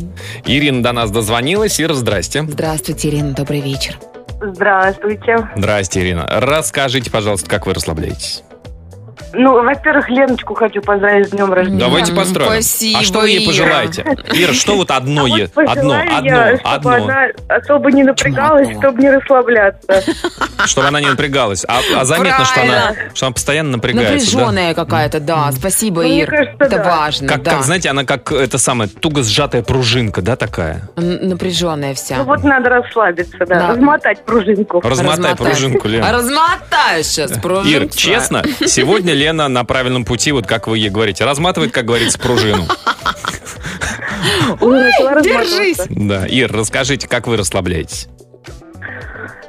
C: Ирина до нас дозвонилась. Ира, здрасте.
D: Здравствуйте, Ирина, добрый вечер.
F: Здравствуйте.
C: Здрасте, Ирина. Расскажите, пожалуйста, как вы расслабляетесь?
F: Ну, во-первых, Леночку хочу поздравить с днем рождения.
C: Давайте
D: М,
C: поздравим.
D: спасибо,
C: а что ей
D: Ира.
C: пожелаете? Ира, что вот одно, е-
F: А Вот
C: одно,
F: пожелаю я,
C: одно,
F: чтобы
C: одно,
F: она особо не напрягалась,
D: одно?
F: чтобы не расслабляться.
C: чтобы она не напрягалась. А, а заметно, что она,
D: Правильно.
C: что она постоянно напрягается, да?
D: Напряженная какая-то, да. Спасибо,
F: Ну, Мне
D: Ир.
F: кажется,
D: Это
F: да.
D: важно,
C: Как,
D: Ну да.
C: как, знаете, она как это самая туго сжатая пружинка, да, такая?
D: Н- Напряженная
F: Ну,
D: вся.
F: вот надо расслабиться, да,
D: Да.
F: размотать пружинку.
C: Размотай, пружинку, Лена.
D: А Размотай сейчас пружинку.
C: Ир, честно, сегодня Лена на правильном пути, вот как вы ей говорите, разматывает, как говорится, пружину.
F: Уже начала
D: держись.
F: разматываться.
C: Да, Ир, расскажите, как вы расслабляетесь?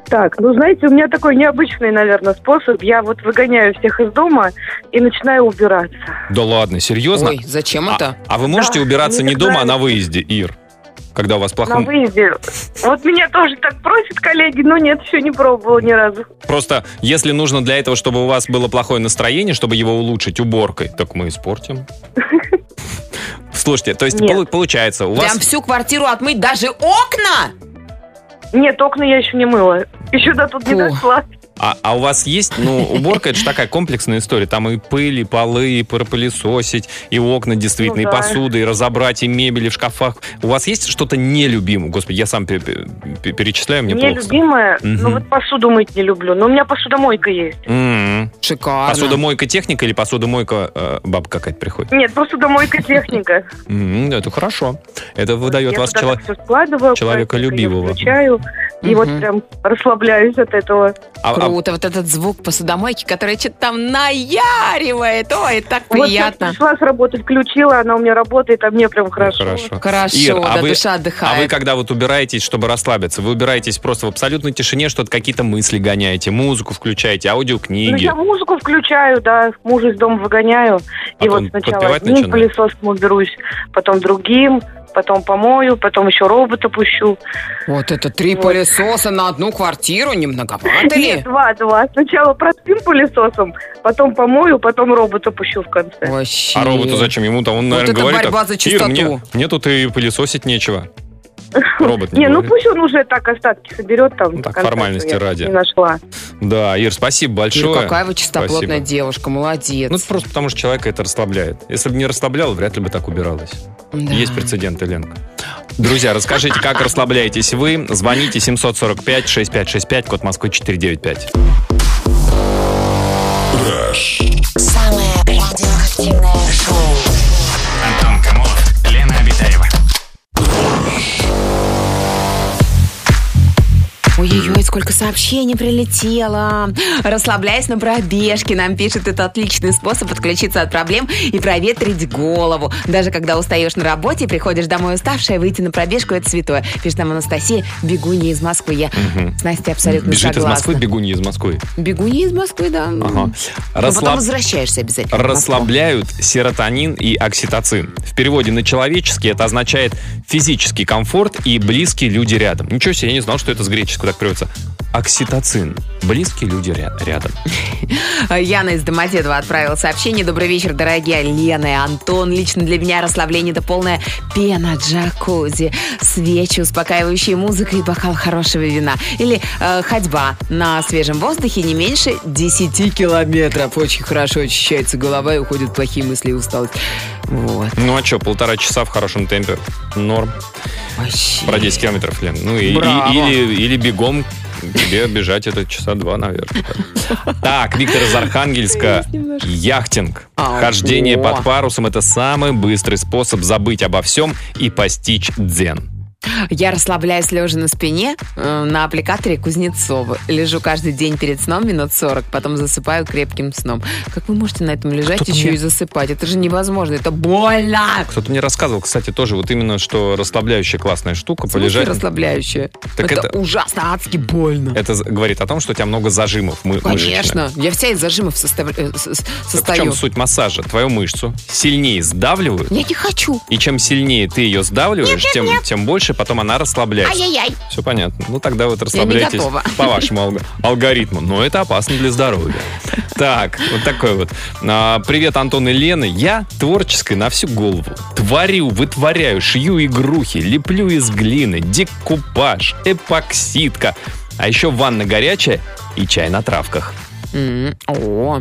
F: Так, ну, знаете, у меня такой необычный, наверное, способ. Я вот выгоняю всех из дома и начинаю убираться.
C: Да ладно, серьезно?
D: Ой, ну зачем
C: А,
D: это?
C: а вы можете
F: Да,
C: убираться
F: мне
C: не
F: так
C: дома, а
F: нравится.
C: на выезде, Ир? Когда у вас
F: На
C: плохой...
F: выезде. Вот меня тоже так просят коллеги, но нет, еще не пробовала ни разу.
C: Просто, если нужно для этого, чтобы у вас было плохое настроение, чтобы его улучшить уборкой, так мы испортим. Слушайте, то есть
F: Нет.
C: полу- получается, у вас...
D: Прям всю квартиру отмыть, даже окна?
F: Нет, окна я еще не мыла. Еще до тут не
D: Фу.
F: дошла.
C: А, а у вас есть, ну, уборка, это же такая комплексная история. Там и пыль, и полы, и пропылесосить, и окна действительно,
F: Ну да.
C: и посуды, и разобрать, и мебели в шкафах. У вас есть что-то нелюбимое? Господи, я сам пе- пе- пе- перечисляю, мне
F: Мне
C: плохо. стало.
F: любимая,
C: Мгм.
F: ну вот посуду мыть не люблю, но у меня посудомойка есть.
C: М.
D: Шикарно.
C: М-м. Посудомойка техника или посудомойка э, баба какая-то приходит?
F: Нет, посудомойка техника.
C: М, Это хорошо. Это выдает
F: Ну, Я
C: вас
F: туда
C: человек.
F: так всё складываю,
C: человеколюбивого.
F: аккуратненько её Включаю, и вот
D: Мгм.
F: прям расслабляюсь от этого.
C: А- а-
D: Круто, вот этот звук посудомойки, который что-то там наяривает. Ой, так
F: Вот я
D: приятно.
F: пришла с работы, включила, она у меня работает, а мне прям хорошо.
C: Ну, Хорошо.
D: Хорошо,
C: Ир, а
D: да,
C: вы-
D: душа
C: А вы
D: отдыхает.
C: когда вот убираетесь, чтобы расслабиться, вы убираетесь просто в абсолютной тишине, что-то какие-то мысли гоняете, музыку включаете,
F: Ну,
C: аудиокниги.
F: я музыку включаю, да, мужа из дома выгоняю. и
C: Потом
F: вот сначала
C: подпевать
F: одним
C: начинаю?
F: пылесоском уберусь, потом другим, потом помою, потом еще робота пущу.
D: Вот это три
F: Вот.
D: пылесоса на одну квартиру, не многовато
F: Нет,
D: А ли?
F: два, два. Сначала простым пылесосом, потом помою, потом робота пущу в конце.
D: Вообще.
C: А роботу зачем? Ему-то он, наверное,
D: это
C: говорит.
D: борьба
C: так,
D: за
C: «Ир,
D: чистоту».
C: мне, мне тут и пылесосить нечего. Робот не,
F: Не, ну
C: говорит.
F: пусть он уже так остатки соберет там.
C: Ну, так,
F: контакты
C: формальности
F: я
C: ради.
F: Не нашла.
C: Да, Ир, спасибо
D: Ир,
C: большое.
D: какая вы чистоплотная
C: Спасибо.
D: девушка, молодец.
C: Ну, это просто потому, что человека это расслабляет. Если бы не расслабляло, вряд ли бы так убиралось.
D: Да.
C: Ну, Есть прецеденты, Ленка. Друзья, расскажите, как расслабляетесь вы. Звоните 745-6565, код Москвы 495.
A: Самое радиоактивное шоу.
E: Антон Камолов, Лена Обитаева.
D: Ой-ой-ой, сколько сообщений прилетело. Расслабляясь на пробежке, нам пишет, это отличный способ отключиться от проблем и проветрить голову. Даже когда устаешь на работе и приходишь домой уставшая, выйти на пробежку – это святое. Пишет нам Анастасия, бегунья из Москвы. Я с Настей абсолютно
C: Бежит из
D: согласна.
C: Москвы, бегунья из Москвы.
D: Бегунья из Москвы, да.
C: Ага.
D: Но
C: Расслаб-
D: потом возвращаешься обязательно. в Москву.
C: расслабляют серотонин и окситоцин. В переводе на человеческий это означает физический комфорт и близкие люди рядом. Ничего себе, я не знал, что это с греческого так переводится. Окситоцин. Близкие люди ря- рядом.
D: Яна из Домодедова отправила сообщение. Добрый вечер, дорогие Лена и Антон. Лично для меня расслабление – это полная пена джакузи, свечи, успокаивающая музыка и бокал хорошего вина. Или э, ходьба на свежем воздухе не меньше 10 километров. Очень хорошо очищается голова и уходят плохие мысли и усталость. Вот.
C: Ну а что, полтора часа в хорошем темпе. Норм.
D: Вообще.
C: Про 10 километров, Лен. Ну и, и-
D: Браво.
C: или, или бегом тебе бежать это часа два, наверное. Так, Виктор из Архангельска. Яхтинг.
D: Ау.
C: Хождение
D: О.
C: под парусом – это самый быстрый способ забыть обо всем и постичь дзен.
D: Я расслабляюсь лежа на спине э, на аппликаторе Кузнецова. Лежу каждый день перед сном минут 40, потом засыпаю крепким сном. Как вы можете на этом лежать
C: Кто-то
D: еще
C: мне-
D: и засыпать? Это же невозможно, это больно!
C: Кто-то мне рассказывал, кстати, тоже вот именно, что расслабляющая классная штука,
D: Смысле
C: полежать.
D: расслабляющее.
C: Так
D: это,
C: это-
D: ужасно, адски больно.
C: Это з- говорит о том, что у тебя много зажимов мы- мышечных.
D: Конечно, я вся из зажимов состав- э, с- с-
C: Так в
D: состою.
C: чем суть массажа? Твою мышцу сильнее сдавливают,
D: Я не хочу.
C: и чем сильнее ты ее сдавливаешь, тем, тем больше потом она
D: А
C: расслабляется.
D: Ай-яй-яй.
C: Все понятно. Ну, тогда вот расслабляйтесь
D: готова.
C: по вашему алго- алгоритму. Но это опасно для здоровья. Так, вот такой вот. А, привет, Антон и Лена. Я творческой на всю голову. Творю, вытворяю, шью игрухи, леплю из глины, декупаж, эпоксидка. А еще ванна горячая и чай на травках.
D: М, О,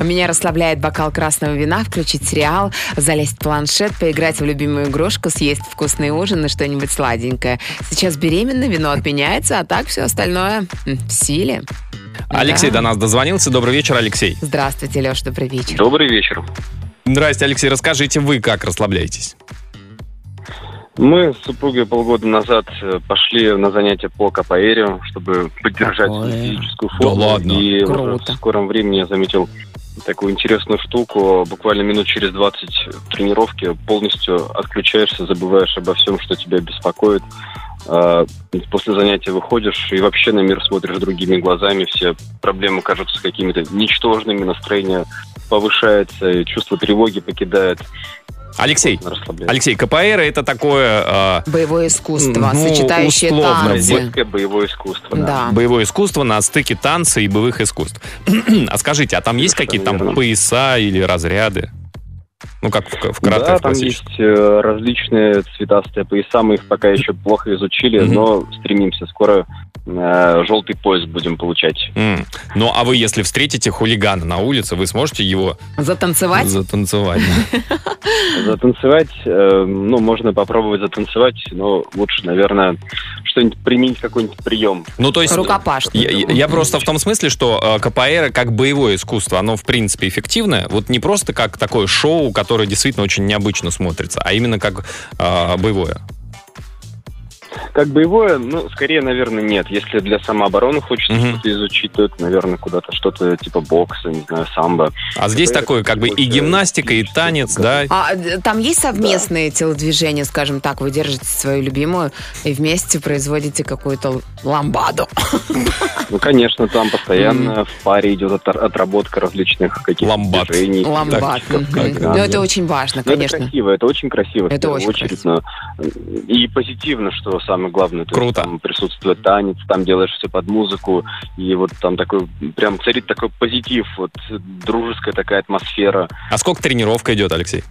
D: меня расслабляет бокал красного вина, включить сериал, залезть в планшет, поиграть в любимую игрушку, съесть вкусный ужин и что-нибудь сладенькое. Сейчас беременна, вино отменяется, а так все остальное м, в силе.
C: Алексей до нас дозвонился. Добрый вечер, Алексей.
D: Здравствуйте, Леш, добрый вечер.
I: Добрый вечер.
C: Здрасте, Алексей. Расскажите, вы как расслабляетесь?
I: Мы с супругой полгода назад э, пошли на занятия по капоэре, чтобы поддержать
B: Капоэра.
I: физическую форму.
C: Да ладно?
I: И вот
D: Круто.
I: в скором времени я заметил такую интересную штуку. Буквально минут через 20 тренировки полностью отключаешься, забываешь обо всем, что тебя беспокоит. А, После занятия выходишь и вообще на мир смотришь другими глазами. Все проблемы кажутся какими-то ничтожными, настроение повышается, и чувство тревоги покидает.
C: Алексей,
I: Расслабляется.
C: Алексей, КПР это такое а,
D: Боевое искусство,
C: Ну,
D: сочетающее
C: условно,
D: танцы.
I: Детское боевое искусство. да.
D: Да.
C: э, боевое искусство на стыке танца и боевых искусств. а скажите, а там есть
I: Совершенно
C: какие-то там
I: верно.
C: пояса или разряды? Ну, как в, к- в карате,
I: да,
C: в
I: там
C: классическом.
I: есть э, различные цветастые пояса, мы их пока еще плохо изучили,
C: Мгм.
I: но стремимся. Скоро э, желтый пояс будем получать.
C: М. Ну, а вы, если встретите хулигана на улице, вы сможете его
D: Затанцевать?
C: затанцевать?
I: Затанцевать, э, ну, можно попробовать затанцевать, но лучше, наверное, что-нибудь применить какой-нибудь прием.
C: Ну, то есть...
D: Рукопашно.
C: Я, я- я просто в том смысле, что э, КПР как боевое искусство, оно в принципе эффективное. Вот не просто как такое шоу, которое действительно очень необычно смотрится, а именно как э, боевое.
I: Как боевое, ну, скорее, наверное, нет. Если для самообороны хочется
C: Мгм.
I: что-то изучить, то это, наверное, куда-то что-то типа бокса, не знаю, самбо.
C: А здесь
I: КПР
C: такое как бы и
I: больше
C: гимнастика, и
I: физическое
C: танец, да.
D: А э, там есть совместные телодвижения, скажем так, вы держите свою любимую и вместе производите какую-то л- ламбаду.
I: Ну, конечно, там постоянно в паре идет отор- отработка различных каких-то
C: Ламбат.
I: движений.
D: Ламбад.
C: как-
D: Мгм.
I: как
D: Но
I: надо.
D: Ну, это очень важно,
I: Ну, Это
D: конечно.
I: красиво, это очень красиво. в
D: Это
I: первую
D: очень
I: очередь, но И позитивно, что самое главное. То есть
C: Круто.
I: там присутствует танец, там делаешь все под музыку, и вот там такой, прям царит такой позитив, вот дружеская такая атмосфера.
C: А сколько тренировка идет, Алексей?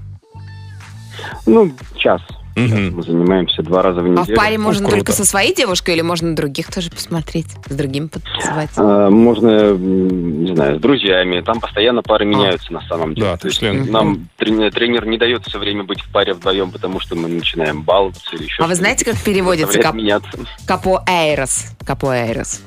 I: Ну, час. Час
C: Мгм.
I: Мы занимаемся два раза в неделю.
D: А в паре можно
C: круто.
D: только со своей девушкой или можно других тоже посмотреть, с другим потанцевать?
I: А, Можно, м, не знаю, с друзьями. Там постоянно пары меняются на самом деле.
C: Да,
I: То есть
C: члены.
I: нам трени- тренер не дает все время быть в паре вдвоем, потому что мы начинаем баловаться или еще
D: А вы знаете, как переводится кап-
I: меняться.
D: капоэйрос? Капоэйрос.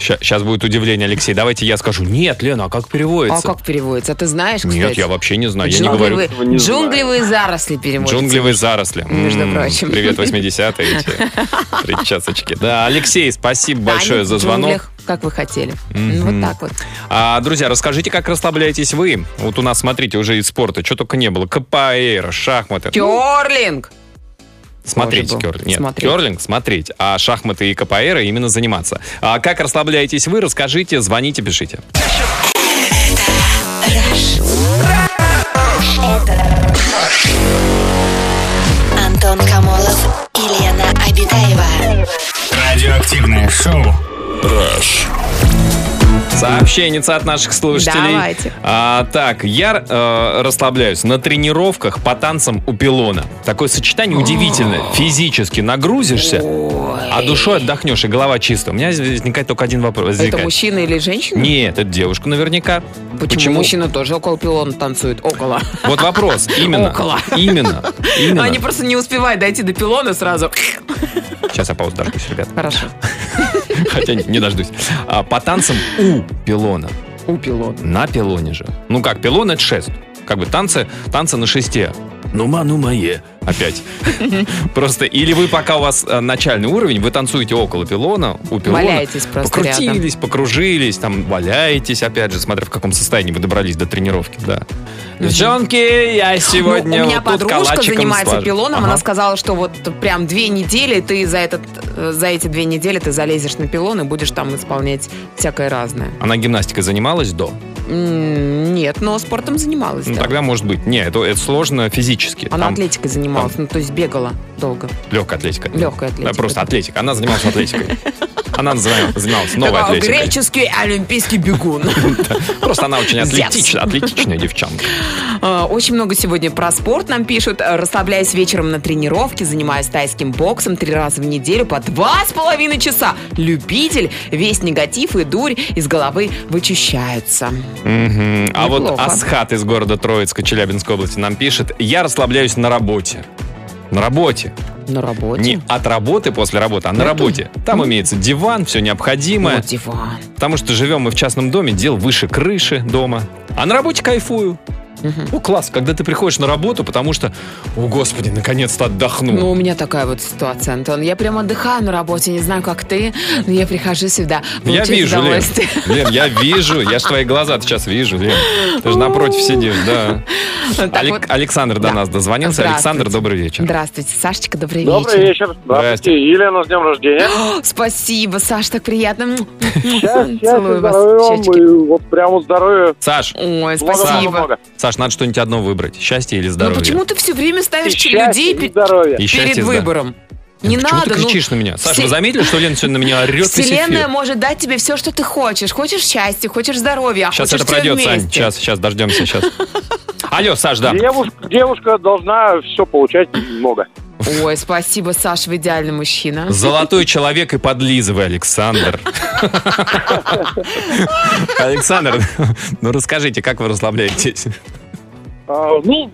C: Сейчас будет удивление, Алексей. Давайте я скажу. Нет, Лена, а как
D: А
C: переводится?
D: как переводится? А ты знаешь, кстати?
C: Нет, я вообще не знаю. Я не говорю.
D: Джунглевые,
I: Не знаю.
D: джунглевые заросли переводятся.
C: Джунглевые заросли.
D: Между
C: М,
D: прочим.
C: Привет, 80-е эти причесочки. Да, Алексей, спасибо
D: Танец
C: большое за
D: в
C: звонок.
D: джунглях, Как вы хотели.
C: Мгм.
D: Ну, Вот так вот.
C: А, друзья, расскажите, как расслабляетесь вы? Вот у нас, смотрите, уже из спорта, что только не было. КПР, шахматы.
D: Керлинг!
C: Смотреть,
D: Тоже был.
C: керлинг. Нет,
D: Смотреть.
C: керлинг смотреть, а шахматы и КПР именно заниматься. А как расслабляетесь вы, расскажите, звоните, пишите.
A: Антон Камолов и Лена Обитаева.
E: Радиоактивное шоу.
C: Сообщение от наших слушателей.
D: Давайте.
C: А, так, я э, расслабляюсь на тренировках по танцам у пилона. Такое сочетание удивительное. Физически нагрузишься, а душой отдохнешь, и голова чистая. У меня возникает только один вопрос.
D: Это
C: возникает.
D: мужчина или женщина?
C: Нет, это девушка наверняка.
D: Почему, мужчина тоже около пилона танцует? Около.
C: Вот вопрос. Именно.
D: Около.
C: Именно. Именно.
D: Они просто не успевают дойти до пилона сразу.
C: Сейчас я паузу дождусь, ребят.
D: Хорошо.
C: Хотя не, не дождусь. А, по танцам у пилона.
D: У пилона.
C: На пилоне же. Ну как, пилон это шест. Как бы танцы, танцы на шесте. Ну ма, ну мае. Опять. Просто или вы пока у вас э, начальный уровень, вы танцуете около пилона, у пилона.
D: Валяетесь просто рядом.
C: Покрутились, покружились, там валяетесь, опять же, смотря в каком состоянии вы добрались до тренировки, да. Девчонки, я сегодня
D: Ну, у меня
C: вот тут
D: подружка
C: калачиком
D: занимается
C: слажу.
D: пилоном,
C: Ага.
D: она сказала, что вот прям две недели ты за этот, э, за эти две недели ты залезешь на пилон и будешь там исполнять всякое разное.
C: Она гимнастикой занималась до?
D: М, Нет, но спортом занималась.
C: Ну,
D: да.
C: тогда может быть. Не, это, это сложно физически.
D: Она
C: Там
D: атлетикой занималась, ну, то есть бегала долго.
C: легкая атлетика.
D: Легкая
C: Да,
D: атлетика.
C: просто атлетика. Она занималась атлетикой. Она называем- занималась новой
D: Такой
C: атлетикой.
D: греческий олимпийский бегун.
C: Просто она очень
D: Зевс.
C: атлетичная, атлетичная девчонка.
D: А, Очень много сегодня про спорт нам пишут. Э, Расслабляюсь вечером на тренировке, занимаюсь тайским боксом три раза в неделю по два с половиной часа. Любитель, весь негатив и дурь из головы вычищаются.
C: Мгм. А вот
D: Неплохо.
C: Асхат из города Троицка, Челябинской области нам пишет, я расслабляюсь на работе. На работе.
D: На работе.
C: Не от работы после работы, а на работе. Там имеется диван, все необходимое.
D: Вот диван.
C: Потому что живем мы в частном доме, дел выше крыши дома. А на работе кайфую. Ну, класс, когда ты приходишь на работу, потому что, о, господи, наконец-то отдохнул.
D: Ну, у меня такая вот ситуация, Антон. Я прям отдыхаю на работе, не знаю, как ты, но я прихожу сюда.
C: я
D: получать
C: вижу, Лен.
D: удовольствие.
C: Лен, я вижу. Я ж твои глаза сейчас вижу, Лен. Ты же напротив сидишь, да.
D: Так
C: Алек-
D: вот.
C: Александр до
D: Да.
C: нас дозвонился. Александр,
D: Здравствуйте.
C: добрый вечер.
D: Здравствуйте, Сашечка, добрый,
G: Добрый вечер.
C: Здрасте.
G: Елена, с днем рождения.
D: О, Спасибо, Саш, так приятно.
G: Счастья,
D: Целую вас
G: здоровья
D: в
G: вам
D: щечки.
G: и вот прямо здоровья.
C: Саш,
D: Ой, спасибо.
G: Много-много-много.
C: Саш, надо что-нибудь одно выбрать. Счастье или
D: Ну
C: здоровье?
D: почему ты все время ставишь
G: И
D: людей
G: счастья, и
D: пе-
G: здоровья.
C: И счастье,
D: перед
C: да.
D: выбором? Не
C: Почему
D: надо,
C: ты
D: ну,
C: кричишь на меня? Саш, вы
D: все-
C: заметили, что Лен сегодня на меня орет весь
D: Вселенная
C: эфир?
D: может дать тебе все, что ты хочешь. Хочешь счастья, хочешь здоровья, а
C: Сейчас
D: хочешь
C: это пройдет,
D: все
C: Сань.
D: вместе.
C: Сейчас, сейчас, дождемся, сейчас. Алло, Саш, да.
G: Девушка, девушка должна все получать много.
D: Ой, спасибо, Саш, вы идеальный мужчина.
C: Золотой человек и подлизывай, Александр. Александр, ну расскажите, как вы расслабляетесь?
G: А, ну,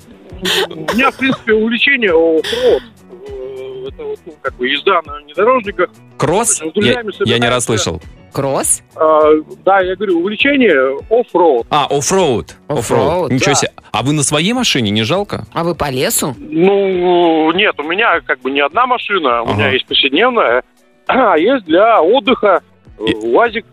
G: у меня, в принципе, увлечение о, кросс. Э, Это вот, ну, как бы езда на внедорожниках.
C: Кросс?
G: Ну,
C: Я,
G: с друзьями
C: я не
G: собираемся.
C: расслышал.
D: Кросс?
G: А, да, я говорю, увлечение оффроуд.
C: А, оффроуд.
D: Оффроуд,
C: Ничего
G: да.
C: себе. А вы на своей машине не жалко?
D: А вы по лесу?
G: Ну, нет, у меня как бы не одна машина, у
C: Ага.
G: меня есть повседневная, а есть для отдыха э,
C: И-
G: УАЗик.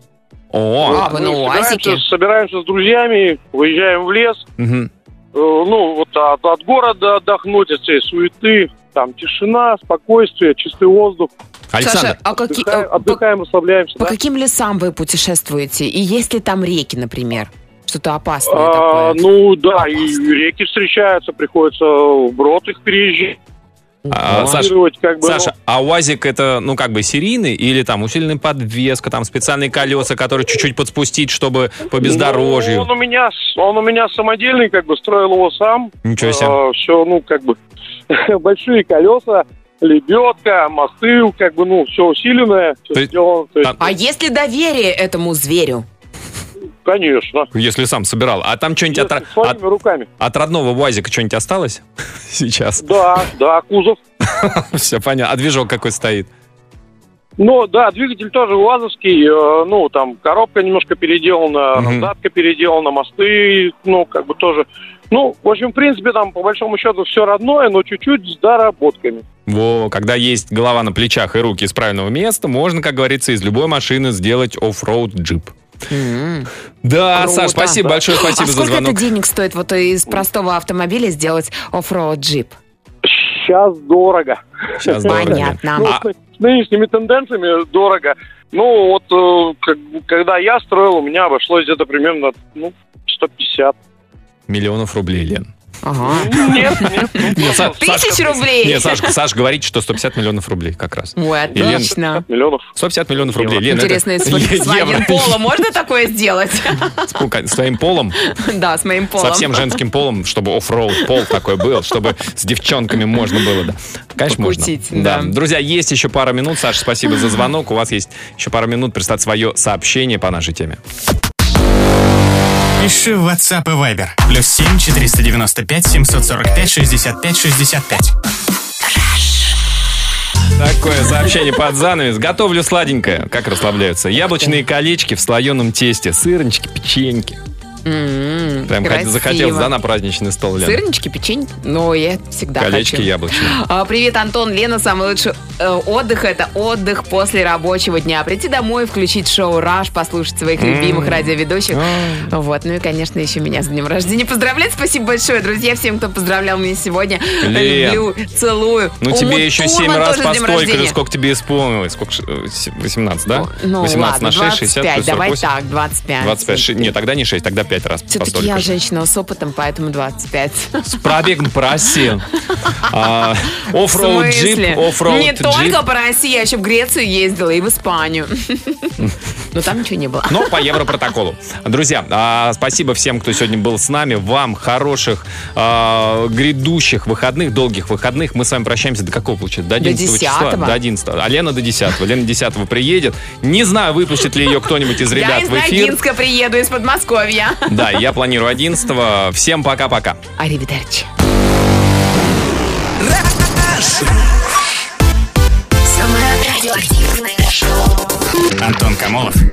C: О,
D: А, вы на
G: Мы
D: УАЗике?
G: Собираемся, собираемся с друзьями, выезжаем в лес,
C: мгм.
G: э, ну, вот от, от города отдохнуть, от всей суеты, там тишина, спокойствие, чистый воздух.
C: Александр,
D: Саша, а какие...
G: Отдыхаем,
D: э, по-
G: отдыхаем, расслабляемся.
D: По
G: да.
D: каким лесам вы путешествуете? И есть ли там реки, например? Что-то опасное такое?
G: А, ну да, и реки встречаются, приходится вброд их переезжать.
C: а, Саш,
G: планировать, как бы,
C: Саша, а УАЗик это, ну, как бы серийный или там усиленная подвеска, там специальные колеса, которые чуть-чуть подспустить, чтобы по
G: Ну,
C: бездорожью?
G: он у меня, с- он у меня самодельный, как бы строил его сам.
C: Ничего себе.
G: все, ну как бы большие колеса, лебедка, мосты, как бы ну все усиленное, все
C: То есть-
G: сделано. То есть,
C: там-
D: А есть ли доверие этому зверю?
G: конечно,
C: Если сам собирал. А там что-нибудь от,
G: Если
C: ро-
G: своими
C: от-
G: руками.
C: от родного УАЗика что-нибудь осталось сейчас?
G: Да, да, кузов.
C: Все понятно. А движок какой стоит?
G: Ну да, двигатель тоже УАЗовский, э, ну там коробка немножко переделана,
C: Мгм.
G: раздатка переделана, мосты, ну как бы тоже. Ну, в общем, в принципе, там по большому счету все родное, но чуть-чуть с доработками.
C: Во, когда есть голова на плечах и руки из правильного места, можно, как говорится, из любой машины сделать оффроуд джип.
D: М.
C: Да,
D: Круто.
C: Саш, спасибо большое,
D: А
C: спасибо за
D: сколько это
C: звонок.
D: денег стоит вот из простого автомобиля сделать оффроуд джип?
G: Сейчас дорого.
C: Сейчас
D: Понятно.
G: Ну,
C: А-
G: с, с нынешними тенденциями дорого. Ну, вот э, как- когда я строил, у меня обошлось где-то примерно ну, 150.
C: Миллионов рублей, Лен.
D: Ага.
G: Нет, нет.
C: Нет, Са-
D: Тысяч
C: Сашка-
D: рублей!
C: Нет, Сашка- Саш говорит, что 150 миллионов рублей как раз.
D: Ой,
C: Елена,
D: отлично.
G: Миллионов.
C: 150 миллионов рублей. Лен, это-
D: Интересно, если вот
C: Е-
D: с моим
C: евро.
D: полом можно такое сделать?
C: Ну, ка- С твоим полом,
D: Да, с моим полом.
C: со всем женским полом, чтобы оффроуд пол такой был, чтобы с девчонками можно было. да. Конечно, можно.
D: Покутить, да.
C: Друзья, есть еще пара минут. Саша, спасибо за звонок. У вас есть еще пара минут прислать свое сообщение по нашей теме.
E: Пиши в WhatsApp и Viber. Плюс 7 495 745 65 65.
C: Такое сообщение под занавес. Готовлю сладенькое. Как расслабляются. Яблочные колечки в слоеном тесте. Сырнички, печеньки.
D: М,
C: Прям хот-
D: красиво.
C: захотелось, да, на праздничный стол, Лен?
D: Сырнички, печеньки? Ну, я всегда
C: Колечки
D: хочу.
C: яблочные.
D: А, Привет, Антон, Лена. Самый лучший э, отдых – это отдых после рабочего дня. Прийти домой, включить шоу «Раш», послушать своих любимых радиоведущих.
C: А.
D: Вот, ну и, конечно, еще меня с днем рождения поздравлять. Спасибо большое, друзья, всем, кто поздравлял меня сегодня.
C: Лен,
D: Люблю, целую.
C: Ну,
D: Уму
C: тебе еще
D: Турман
C: 7 раз
D: тоже с
C: по
D: днем
C: столько же,
D: рождения.
C: сколько тебе исполнилось. Сколько? ж- э, се- 18, да?
D: Ну,
C: 18
D: ладно,
C: на 6, 60,
D: 25,
C: плюс
D: давай
C: 48.
D: так, 25.
C: 25, ши- не, тогда не 6, тогда 5. 25 раз по
D: Все-таки
C: столько
D: я
C: же.
D: женщина с опытом, поэтому 25.
C: С пробегом по России. А, Оффроуд
D: В
C: джип,
D: смысле?
C: оффроуд
D: Не
C: джип.
D: только по России, я еще в Грецию ездила и в Испанию. Но там ничего не было.
C: Но по европротоколу. Друзья, а, спасибо всем, кто сегодня был с нами. Вам хороших а, грядущих выходных, долгих выходных. Мы с вами прощаемся до какого получается? До 11 числа?
D: 10-го.
C: До 11 А Лена до 10 Лена 10 приедет. Не знаю, выпустит ли ее кто-нибудь из
D: Я
C: ребят
D: из
C: в эфир.
D: Ногинска приеду, из Подмосковья.
C: Да, я планирую 11 Всем пока-пока.
D: Аривидерчи.
A: Самое радиоактивное шоу.
E: Антон Камолов,